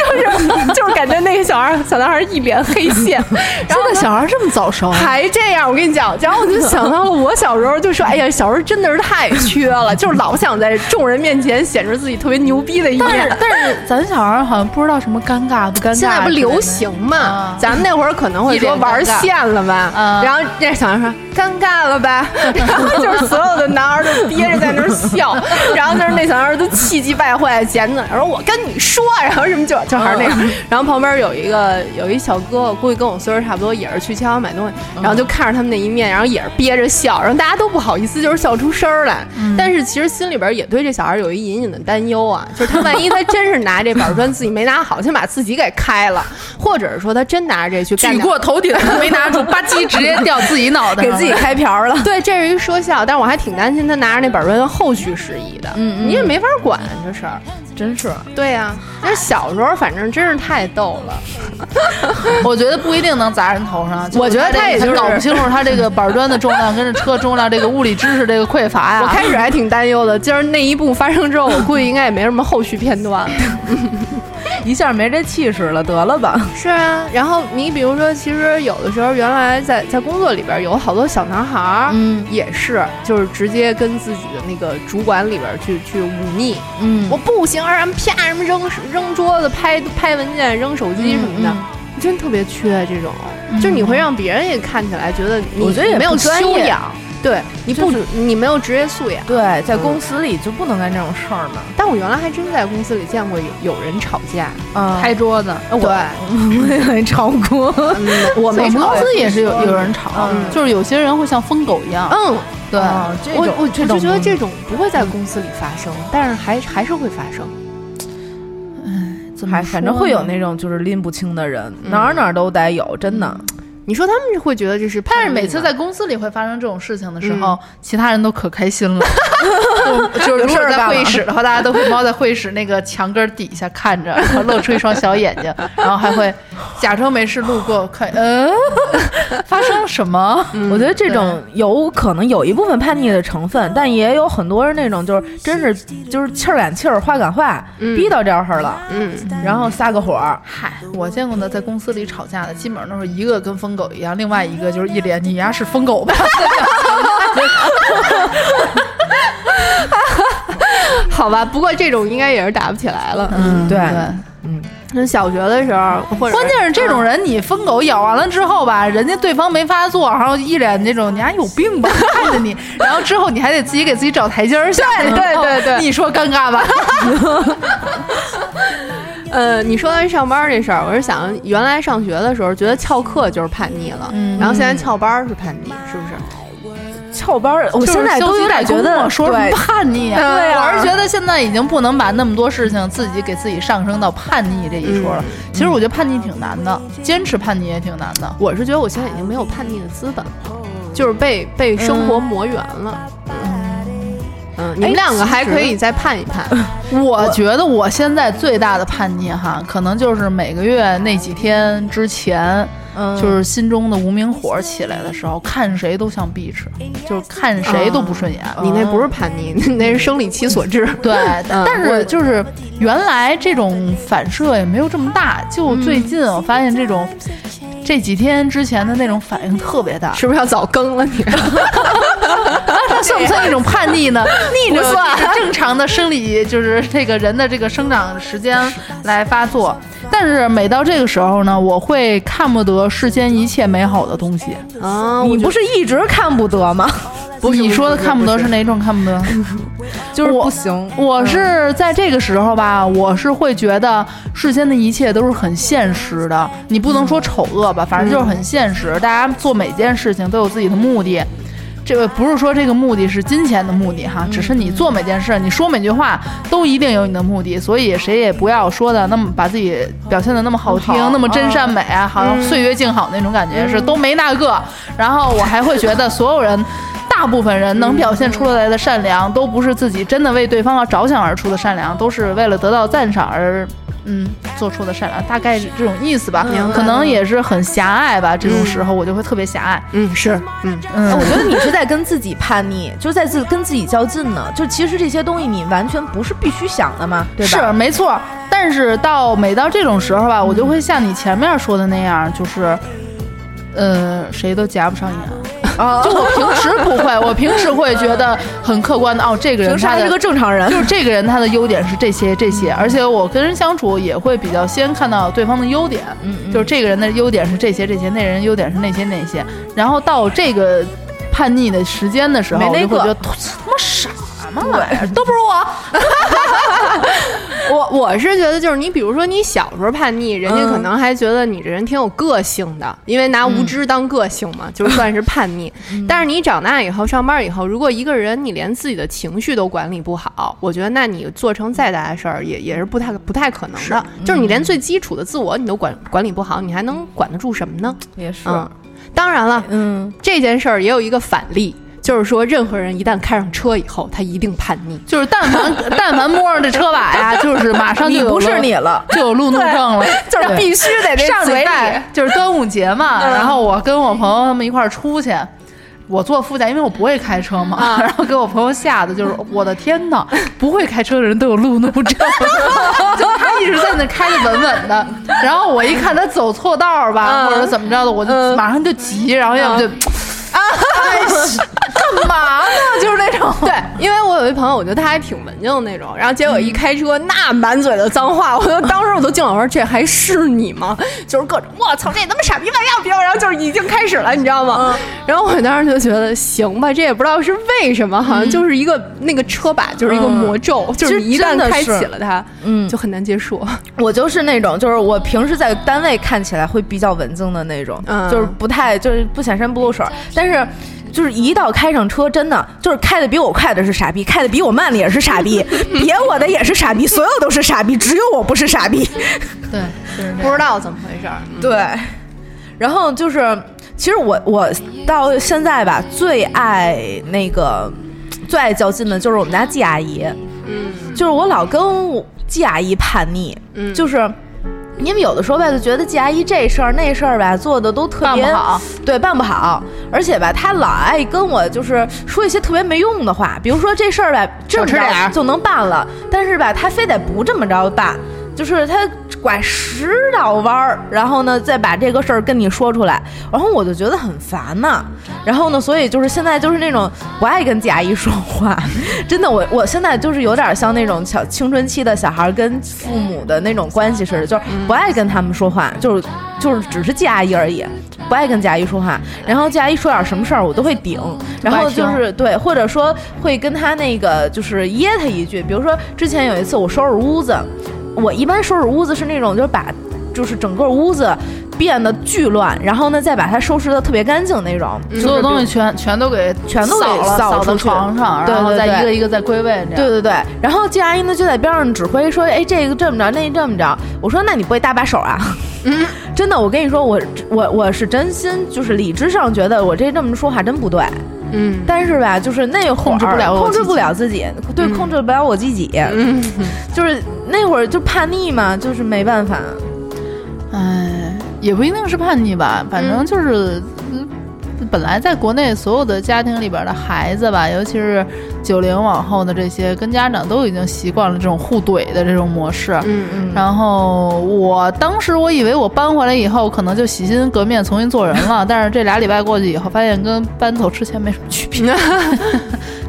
就是就是感觉那个小孩小男孩一脸黑线，然后现在小孩这么早熟，还这样，我跟你讲，然后我就想到了我小时候，就说，哎呀，小时候真的是太缺了，就是老想在众人面前显示自己特别牛逼的一但面是。但是咱小孩好像不知道什么尴尬不尴尬，现在不流行嘛啊？咱们那会儿可能会说玩线了吧，嗯然后那小孩说尴尬了吧， 然后就是所有的男孩都憋着在那儿 笑，然后就是那小孩都气急败坏，闲的，然后我跟你说，然后什么就就还是那样，嗯然后旁边有一个有一小哥，我估计跟我岁数差不多，也是去超市买东西，嗯然后就看着他们那一面，然后也是憋着笑，然后大家都不好意思，就是笑出声儿来，嗯但是其实心里边也对这小孩有一隐隐的担忧啊，就是他万一他真是拿这板砖自己没拿好，先把自己给开了，或者是说他真拿着这去干举点过头顶没拿住，吧唧直接掉自己脑袋上给了，自己开瓢了。 对，这是一说笑，但是我还挺担心他拿着那板砖后续事宜的。嗯你也没法管这事儿。真是。对呀、但是小时候反正真是太逗了。我觉得不一定能砸人头上。 我觉得他他也就是搞不清楚他这个板砖的重量跟这车重量，这个物理知识这个匮乏呀。我开始还挺担忧的，就是那一幕发生之后，我估计应该也没什么后续片段了。一下没这气势了，得了吧？ 是啊，然后你比如说，其实有的时候原来在在工作里边儿有好多小男孩儿，嗯也是就是直接跟自己的那个主管里边儿去去忤逆，嗯我不行，让人啪什么扔扔桌子、拍拍文件、扔手机什么的，真特别缺这种。就是你会让别人也看起嗯来觉得你我觉得也没有不专修业养，对，你不你没有职业素养。对，在公司里就不能干这种事儿嘛。但我原来还真在公司里见过有有人吵架，啊，拍桌子，对， 嗯 嗯还吵过。我没我吵们过公 司也是有嗯有人吵，就是有些人会像疯狗一样。嗯，对，哦这我种我我这就种觉得这种不会在公司里发生，但是还还是会发生。怎么还反正会有说呢。那种就是拎不清的人，哪儿哪儿都得有，真的。你说他们会觉得这是叛逆但吗，是每次在公司里会发生这种事情的时候，嗯其他人都可开心 了。就就是如事果儿在干会了议室的话，大家都会猫在会议室那个墙根儿底下看着，然后露出一双小眼睛， 然后 还会假装没事路过看，嗯， 发生了什么？嗯我觉得嗯这种有可能有一部分叛逆的成分，但也有很多是那种就是真是就是气儿赶气儿，话赶话，逼到这儿了，嗯，然后撒个火儿，嗨，我见过的在公司里吵架的，基本上都是一个跟疯狗一样，另外一个就是一脸你丫是疯狗吧？ 好吧，不过这种应该也是打不起来了。嗯对那小学的时候，或者关键是这种人，你疯狗咬完了之后吧，人家对方没发作，然后一脸那种你还有病吧，看着你，然后之后你还得自己给自己找台阶儿下。对对对对 你说尴尬吧？呃，你说完上班这事儿，我是想原来上学的时候觉得翘课就是叛逆了，然后现在翘班是叛逆，是不是？翘班儿，我就是现在休都息有点代觉工得嘛说什么对叛逆啊？ 对啊我是觉得现在已经不能把那么多事情自己给自己上升到叛逆这一说了。嗯其实我觉得叛逆挺难的，坚持叛逆也挺难的。我是觉得我现在已经没有叛逆的资本了，就是被被生活磨圆了。嗯，哎你们两个还可以再盼一盼。我觉得我现在最大的叛逆哈，可能就是每个月那几天之前，嗯就是心中的无名火起来的时候，看谁都像壁纸，就是看谁都不顺眼。嗯你那不是叛逆，你那是生理期所致。 对，嗯但是就是原来这种反射也没有这么大，就最近我发现这种、这几天之前的那种反应特别 大。是不是要早更了你？那算不算一种叛逆呢？ 逆着算，正常的生理就是这个人的这个生长时间来发作。但是每到这个时候呢，我会看不得世间一切美好的东西。啊，你不是一直看不得 吗？不是你说的看不得是哪种看不得？就是我不行，我是在这个时候吧，我是会觉得世间的一切都是很现实的，你不能说丑恶吧，反正就是很现实。大家做每件事情都有自己的目的。这个不是说这个目的是金钱的目的哈，只是你做每件事，你说每句话都一定有你的目的，所以谁也不要说的那么把自己表现的那么好嗯听，那么真善美，啊好像岁月静好那种感觉是都没那个。然后我还会觉得所有人。大部分人能表现出来的善良，都不是自己真的为对方要着想而出的善良，都是为了得到赞赏而嗯做出的善良，大概是这种意思吧。可能也是很狭隘吧，这种时候我就会特别狭隘。嗯，是，嗯，嗯，我觉得你是在跟自己叛逆，就是在自跟自己较劲呢。就其实这些东西你完全不是必须想 的嘛，对吧？是没错。但是到每到这种时候吧，我就会像你前面说的那样，就是呃，谁都夹不上眼。啊， 就我平时不会，我平时会觉得很客观的哦，这个人平时他还的是个正常人就。是这个人他的优点是这些这些，而且我跟人相处也会比较先看到对方的优点，嗯就是这个人的优点是这些这些，那人优点是那些那些，然后到这个叛逆的时间的时候，没那我就会个觉得他妈傻吗玩意儿，都不是我， 我我是觉得就是你，比如说你小时候叛逆，人家可嗯能还觉得你这人挺有个性的，因为拿无知当个性嘛，就算是叛 逆。嗯但是你长大以后，上班以后，如果一个人你连自己的情绪都管理不好，我觉得那你做成再大的事儿也也是不太不太可能的。就是你嗯连最基础的自我你都管管理不好，你还能管得住什么呢？也是嗯，当然了，嗯，这件事儿也有一个反例，就是说任何人一旦开上车以后，他一定叛逆。就是但凡但凡摸上这车把 呀，就是马上就你有不是了你了，就有路怒症了，就是然后必须得这上嘴嗯礼里拜就是端午节嘛，然后我跟我朋友他们一块儿出去。我坐副驾，因为我不会开车嘛，啊 然后给我朋友吓得就是，我的天 呐，不会开车的人都有路怒症，就他一直在那开的稳稳的，然后我一看他走错道儿吧，嗯或者怎么着的，我就马上就急，然后要不就，哎是 干嘛呢？就是那种，对， 因为我有一朋友，我觉得他还挺文静的那种，然后结果一开车，那满嘴的脏话，我就当时我都惊了，我说这还是你吗？就是各种我操，这他妈傻逼玩意儿不要，然后就是已经开始了，你知道吗？然后我当时就觉得行吧，这也不知道是为什么，好像就是一个、那个车把就是一个魔咒，就是你一旦真的是开启了它，嗯就很难结束。我就是那种，就是我平时在单位看起来会比较文静的那种，嗯就是不太就是不显山不露水儿，但是。就是一到开上车，真的就是开的比我快的是傻逼，开的比我慢的也是傻 逼，别我的也是傻逼，所有都是傻逼，只有我不是傻逼。对，就是那不知道怎么回事儿，嗯对，然后就是，其实我我到现在吧，最爱那个最爱较劲的就是我们家季阿姨，嗯，就是我老跟我季阿姨叛逆，嗯，就是。因为有的时候吧，就觉得季阿姨这事儿那事儿吧，做的都特别办不好，对，办不好。而且吧，她老爱跟我就是说一些特别没用的话，比如说这事儿吧，这么少吃点着儿就能办了，但是吧，她非得不这么着办，就是她拐十道弯儿，然后呢，再把这个事儿跟你说出来，然后我就觉得很烦呐、然后呢，所以就是现在就是那种不爱跟季阿姨说话，真的，我我现在就是有点像那种小青春期的小孩儿跟父母的那种关系似的，就是不爱跟他们说话，就是就是只是季阿姨而已，不爱跟季阿姨说话。然后季阿姨说点什么事儿，我都会顶，然后就是对，或者说会跟他那个就是噎他一句，比如说之前有一次我收拾屋子，我一般收拾屋子是那种就是把就是整个屋子。变得巨乱，然后呢，再把它收拾的特别干净那种，就是所有比东如西全全都给全都给扫了，扫扫到出去床上，对然后对再对一个一个再归位，这样对对对，然后季阿姨呢就在边上指挥说：“哎，这个这么着，那个这么着。”我说：“那你不会搭把手啊？”嗯， 真的，我跟你说，我我我是真心，就是理智上觉得我这这么说话真不对，嗯。但是吧，就是那会儿控制不了我控制自己不了自己，对，控制不了我自己，嗯，就是那会儿就叛逆嘛，就是没办法。哎，也不一定是叛逆吧，反正就是。嗯本来在国内所有的家庭里边的孩子吧，尤其是九零往后的这些，跟家长都已经习惯了这种互怼的这种模式。嗯嗯，然后我当时我以为我搬回来以后可能就洗心革面重新做人了， 但是这俩礼拜过去以后，发现跟搬走之前没什么区别。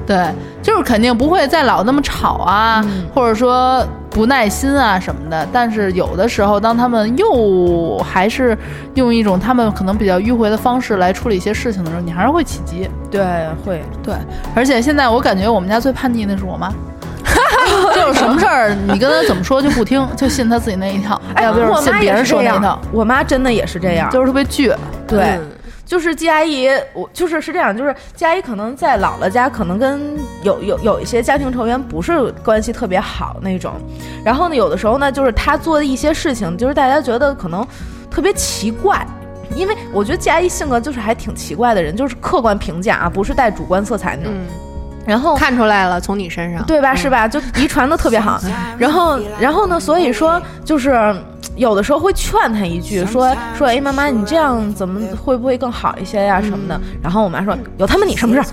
对，就是肯定不会再老那么吵啊，或者说不耐心啊什么的。但是有的时候，当他们又还是用一种他们可能比较迂回的方式来处理一些事情的时候，你还是会起急。对，会对，而且现在我感觉我们家最叛逆的是我妈。就是什么事儿，你跟她怎么说就不听，就信她自己那一套，哎，要不就是我信妈别也人是这说那一样套，，我妈真的也是这样，就是特别倔。对，就是季阿姨，我就是是这样，就是季阿姨可能在姥姥家，可能跟有有有一些家庭成员不是关系特别好那种。然后呢，有的时候呢，就是她做的一些事情，就是大家觉得可能特别奇怪。因为我觉得季阿姨性格就是还挺奇怪的人，就是客观评价啊，不是带主观色彩那种。嗯，然后看出来了，从你身上，对吧？是吧？就遗传的特别好。然后，然后呢？所以说，就是嗯有的时候会劝他一句，说说，哎，妈妈，你这样怎么会不会更好一些呀、什么的。嗯然后我妈说，有他妈你什么事儿？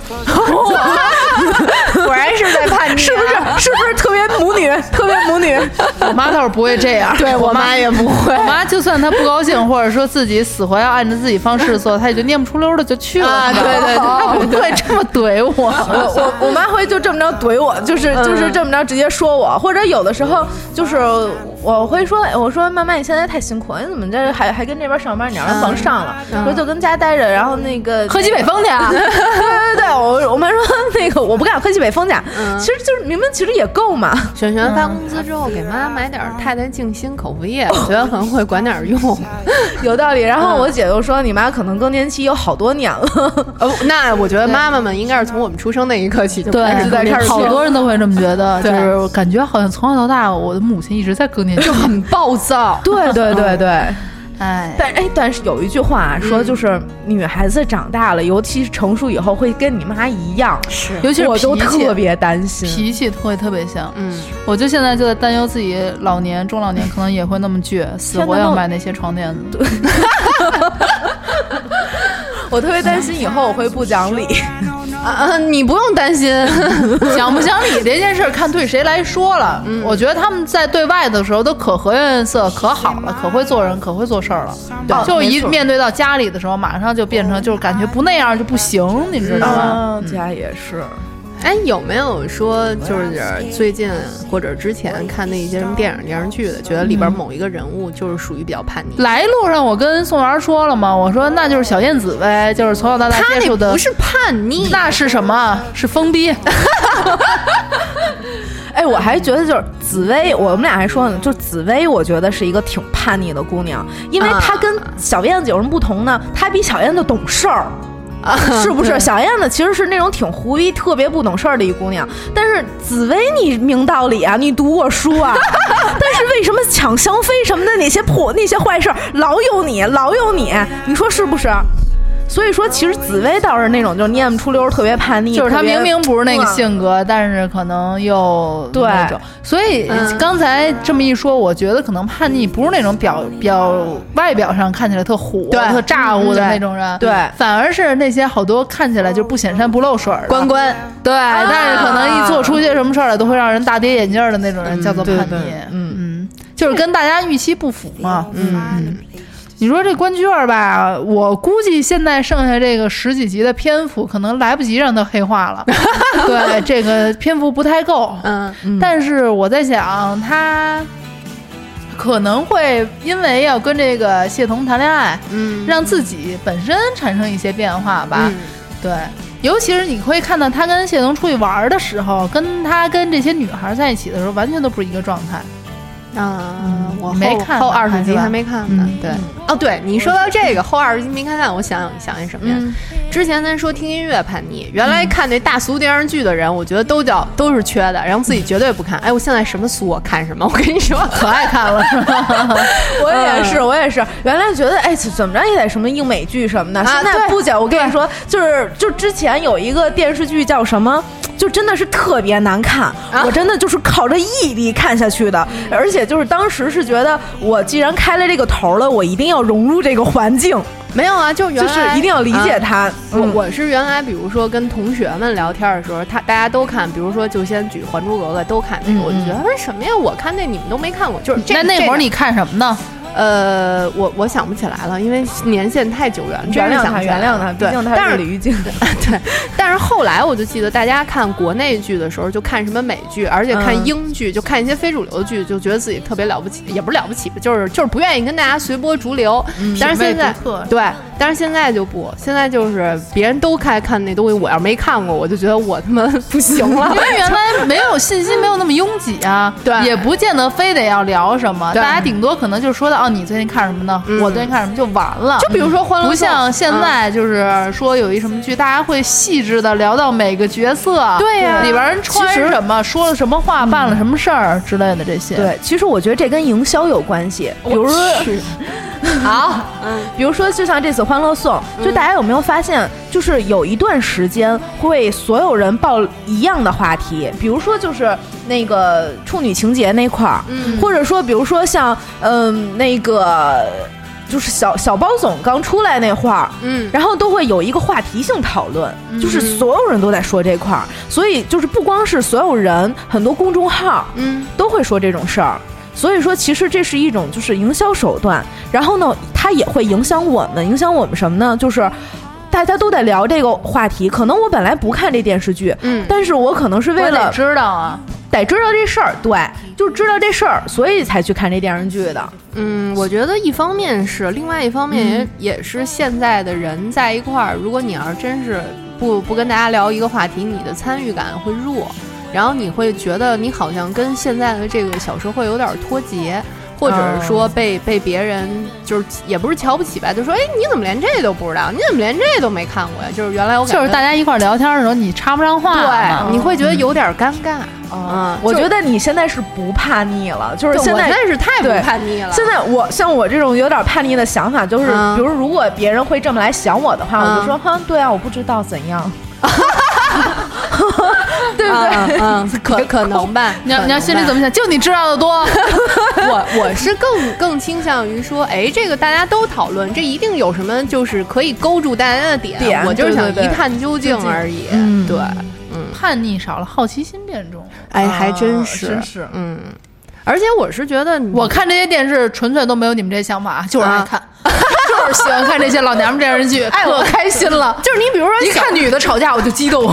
果然是在叛逆、 是不是？是不是特别母女？特别母女？我妈倒是不会这样， 对我妈 也不会我妈就算她不高兴，或者说自己死活要按照自己方式做，她也就念不出溜的就去了。啊对对对她不会这么怼我。 我我我妈会就这么着怼我，就是嗯就是这么着直接说我，或者有的时候就是我会说，哎我说妈妈你现在太辛苦了，你怎么这还还跟这边上班，你让人甭上了，我就跟家待着，然后那个嗯喝西北风去啊 对对对，我我妈说那个我不干，喝西北风去，嗯其实就是明明其实也够嘛， 璇璇发工资之后，给妈买点儿太太静心口服液，我觉得可能会管点儿 用。有道理。然后嗯我姐就说你妈可能更年期有好多年了，呃，那我觉得妈妈们应该是从我们出生那一刻起就开始对，开始好多人都会这么觉得，就对是感觉好像从小到大，我的母亲一直在更年期就。很暴躁。对对对对。哎，但哎，但是有一句话、啊、说，就是女孩子长大了，尤其是成熟以后，会跟你妈一样，是，尤其是我都脾气特别担心。脾气会特别像。嗯，我就现在就在担忧自己老年、中老年可能也会那么倔，死活要买那些床垫子。我特别担心以后我会不讲理。啊，你不用担心。 讲不讲理这件事儿，看对谁来说了。嗯我觉得他们在对外的时候都可和颜悦色，可好了，可会做人，可会做事儿了。对就没一错面对到家里的时候，马上就变成就是嗯感觉不那样就不行，你知道吗？啊，家也是，哎，有没有说就是最近或者之前看的一些什么电影电视剧的，觉得里边某一个人物就是属于比较叛逆？来路上我跟宋元说了嘛，我说那就是小燕子呗，就是从小到大他接那触的不是叛逆，那是什么？是疯逼。哎，我还觉得就是紫薇，我们俩还说呢，就是紫薇，我觉得是一个挺叛逆的姑娘，因为她跟小燕子有什么不同呢？她比小燕子懂 事儿。啊 是不是小燕子其实是那种挺胡逼、特别不懂事儿的一姑娘？但是紫薇，你明道理啊，你读过 书啊，但是为什么抢香妃什么的那些破那些坏事儿老有你，老有你，你说是不是？所以说，其实紫薇倒是那种就是念不出溜儿、特别叛逆，就是他特别明明不是那个嗯性格，但是可能又对嗯那种所以刚才这么一说，我觉得可能叛逆不是那种表表外表上看起来特虎、对特咋呼的那种人，嗯对对反而是那些好多看起来就不显山不漏水的关关对，但是可能一做出些什么事儿来都会让人大跌眼镜儿的那种人，叫做叛逆。嗯嗯，就是跟大家预期不符嘛。嗯嗯。你说这关雎儿吧，我估计现在剩下这个十几集的篇幅，可能来不及让他黑化 了。对，这个篇幅不太够。嗯，但是我在想，他可能会因为要跟这个谢童谈恋爱，嗯让自己本身产生一些变化吧。嗯对，尤其是你会看到他跟谢童出去玩儿的时候，跟他跟这些女孩在一起的时候，完全都不是一个状态。啊，我后没看后呢二十集还是吧还没看呢嗯。对，哦，对你说到这个后二十集没看呢，我想想起什么呀？嗯之前咱说听音乐叛逆，原来看那大俗电视剧的人，我觉得都叫都是缺的，然后自己绝对不看。哎，我现在什么俗我看什么，我跟你说，可爱看了，是吧？我也是，我也是。原来觉得，哎，怎怎么着也得什么英美剧什么的。现在对不讲，我跟你说，就是就之前有一个电视剧叫什么，就真的是特别难看。我真的就是靠着毅力看下去的，而且就是当时是觉得，我既然开了这个头了，我一定要融入这个环境， 没有啊，就原就来啊是一定要理解它。我嗯我是原来比如说跟同学们聊天的时候，他大家都看，比如说就先举《还珠格格》，都看那个，我就觉得为哎什么呀？我看那你们都没看过，就是这嗯那那这会个儿你看什么呢？呃，我我想不起来了，因为年限太久远，真原是谅想他，不起来原谅他，毕对竟，但他是是李玉静。 对，但是后来我就记得，大家看国内剧的时候，就看什么美剧，而且看嗯英剧，就看一些非主流的剧，就觉得自己特别了不起，也不是了不起吧，就是就是不愿意跟大家随波逐流。嗯但是现在品味独特对，但是现在就不，现在就是别人都开看那东西，我要没看过，我就觉得我他妈 不行 了 因。为原来没有信息，没有那么拥挤啊，对也不见得非得要聊什么，对大家顶多可能就说到啊，道你最近看什么呢？我最近看什么嗯就完了。就比如说《欢乐不颂》，像现在，就是说有一什么剧，大家会细致的聊到每个角色，对呀里边人穿其实什么，说了什么话，办了什么事儿之类的这些。，对，其实我觉得这跟营销有关系。比如说， 好，比如说，就像这次《欢乐颂》，就大家有没有发现，就是有一段时间会所有人报一样的话题，比如说就是那个处女情节那块儿，或者说比如说像嗯、那个就是小小包总刚出来那会儿，嗯然后都会有一个话题性讨论，就是所有人都在说这块儿，所以就是不光是所有人，很多公众号，嗯，都会说这种事儿。所以说，其实这是一种就是营销手段。然后呢，它也会影响我们，影响我们什么呢？就是大家都在聊这个话题，可能我本来不看这电视剧，嗯但是我可能是为为了了知道啊，得知道这事儿，对，就知道这事儿，所以才去看这电视剧的。嗯，我觉得一方面是，另外一方面也、也是现在的人在一块儿，如果你要是真是不不跟大家聊一个话题，你的参与感会弱，然后你会觉得你好像跟现在的这个小社会有点脱节。或者是说被、被别人就是也不是瞧不起吧，就说哎你怎么连这都不知道？你怎么连这都没看过呀？就是原来我感觉就是大家一块儿聊天的时候，你插不上话嘛，对，你嗯会觉得有点尴尬。嗯，我就觉得你现在是不叛逆了，啊就是对现我在真是太不对叛逆了。 现在我像我这种有点叛逆的想法，就是、嗯比如如果别人会这么来想我的话，我嗯就说，哼，对啊，我不知道怎样，对不对？嗯嗯，嗯可可能吧。你要可你要能心里吧怎么想？就你知道的多， 我我是更更倾向于说，哎，这个大家都讨论，这一定有什么就是可以勾住大家的点。点我就是想对对一对探究竟而已。嗯对， 叛逆少了，好奇心变重了。哎，还真啊是，真是嗯。而且我是觉得你，啊我看这些电视，纯粹都没有你们这想法，啊就是爱看，就是喜欢看这些老娘们电视 剧，哎， 我开心了。就是你，比如说 一小，看女的吵架，我就激动，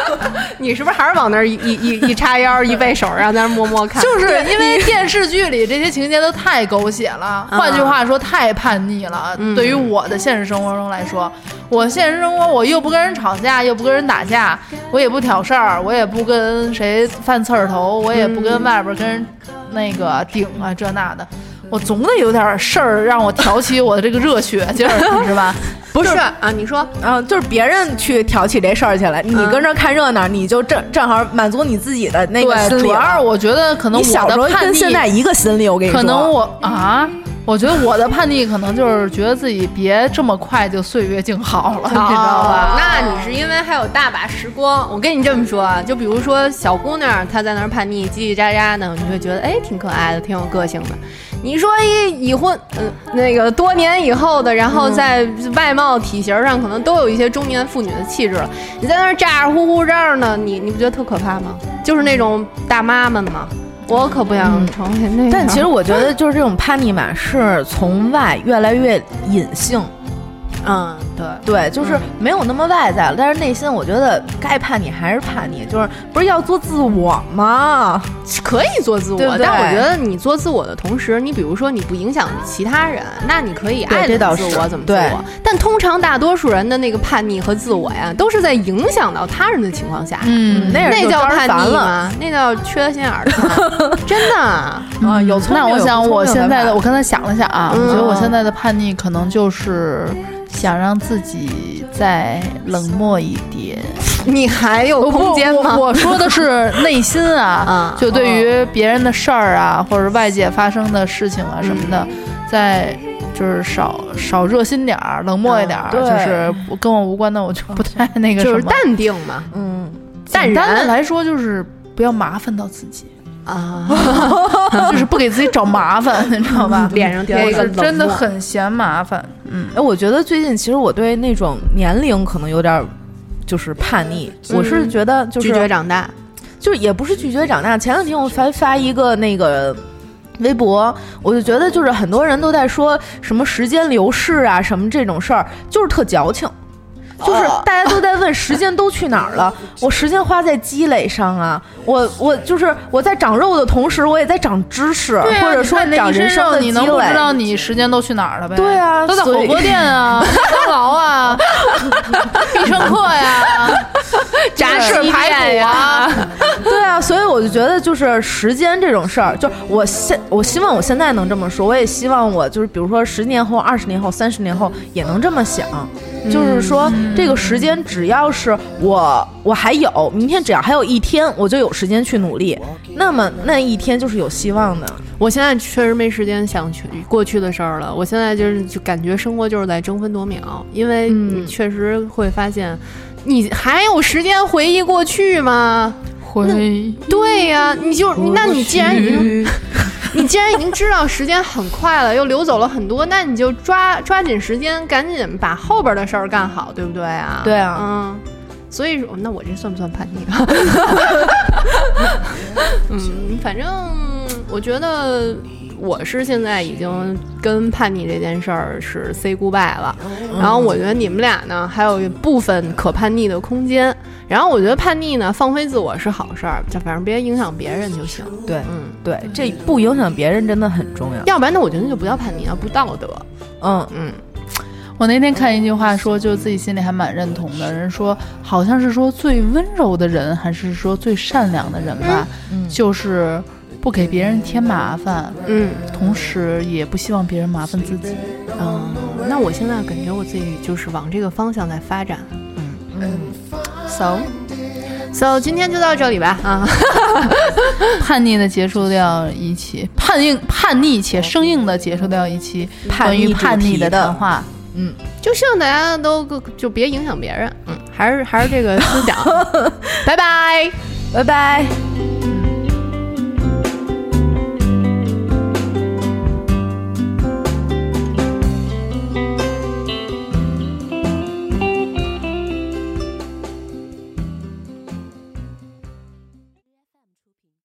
你是不是还是往那儿一一一一叉腰，一背手，让在那儿默默看？就是因为电视剧里这些情节都太狗血了，嗯换句话说，太叛逆了。对于我的现实生活中来说，我现实生活我又不跟人吵架，又不跟人打架，我也不挑事儿，我也不跟谁犯刺儿头，我也不跟外边跟人那个顶啊这那的。我总得有点事儿让我挑起我的这个热血劲 儿，是吧？不是啊？你说嗯，就是别人去挑起这事儿去了，你跟着看热闹，你就正正好满足你自己的那个心对，理主要了。是我觉得可能你我小时候的叛跟逆现在一个心理，我跟你说，可能我啊，我觉得我的叛逆可能就是觉得自己别这么快就岁月静好啊了，你知道哦吧？那你是因为还有大把时光。我跟你这么说啊，就比如说小姑娘她在那儿叛逆、叽叽喳喳的，你会觉得哎挺可爱的，挺有个性的。你说一已婚，嗯、那个多年以后的，然嗯后在外貌、体型上可能都有一些中年妇女的气质了。你在那儿咋咋呼呼这样呢，你你不觉得特可怕吗？就是那种大妈们嘛，我可不想成为那样。嗯但其实我觉得就是这种叛逆嘛，是从外越来越隐性，嗯，对，对，就是没有那么外在了，但是内心我觉得该叛逆还是叛逆，就是不是要做自我吗？可以做自我，对不对但我觉得你做自我的同时，你比如说你不影响其他人，那你可以对爱这怎么倒自是我怎么自对我。但通常大多数人的那个叛逆和自我呀，都是在影响到他人的情况下，嗯，那人那就叫招人叛烦逆了吗？那叫缺心眼儿 的，真的。啊！有聪嗯明那我有不想聪我明现在办的，我刚才想了想啊，我觉得嗯我现在的叛逆可能就是想让自己再冷漠一点。你还有空间吗？，我我说的是内心 啊就对于别人的事儿啊，或者外界发生的事情啊什么的，在就是少少热心点儿，冷漠一点儿，嗯就是不跟我无关的我就不太那个什就是么。淡定嘛，嗯，淡简单的然来说就是不要麻烦到自己，啊，就是不给自己找麻烦，你知道吧？嗯脸上贴我一个是冷真的漠很嫌麻烦，嗯，哎，我觉得最近其实我对那种年龄可能有点儿就是叛逆，我是觉得就拒绝是长大，就是也不是拒绝长大。前两天我发发一个那个。微博，我就觉得就是很多人都在说什么时间流逝啊，什么这种事儿，就是特矫情，就是哦大家都在问时间都去哪儿 了，我时间花在积累上啊，我我就是我在长肉的同时，我也在长知识，对啊或者你说看那长一人身生肉的积你累。能不知道你时间都去哪儿了呗？对啊都在火所以 锅店啊、麦当劳啊、必胜客呀、炸翅排骨啊，对啊，所以我就觉得就是时间这种事儿，就是我现我希望我现在能这么说，我也希望我就是比如说十年后、二十年后、三十年后也能这么想，就是说这个时间只要是我我还有明天，只要还有一天，我就有时间去努力，那么那一天就是有希望的。我现在确实没时间想去过去的事儿了。我现在就是就感觉生活就是在争分夺秒，因为你确实会发现，你还有时间回忆过去吗？回对呀、你就那你既然已经， 你既然已经知道时间很快了，又流走了很多，那你就抓抓紧时间，赶紧把后边的事儿干好，对不对啊？对啊嗯。所以说，那我这算不算叛逆？啊 嗯，反正我觉得我是现在已经跟叛逆这件事儿是 say goodbye 了。然后我觉得你们俩呢，还有一部分可叛逆的空间。然后我觉得叛逆呢，放飞自我是好事儿，就反正别影响别人就行。对嗯，对，这不影响别人真的很重要。要不然呢，我觉得那就不叫叛逆，要不道德。嗯，嗯，我那天看一句话说，就自己心里还蛮认同的。人说好像是说最温柔的人，还是说最善良的人吧，就是不给别人添麻烦，嗯同时也不希望别人麻烦自己。嗯，那我现在感觉我自己就是往这个方向在发展。嗯，so so 今天就到这里吧啊。 叛逆的结束掉一期，叛硬叛逆且生硬的结束掉一期关于叛逆的谈话。就希望大家都各就别影响别人，嗯，还是还是这个思想，拜拜。拜拜。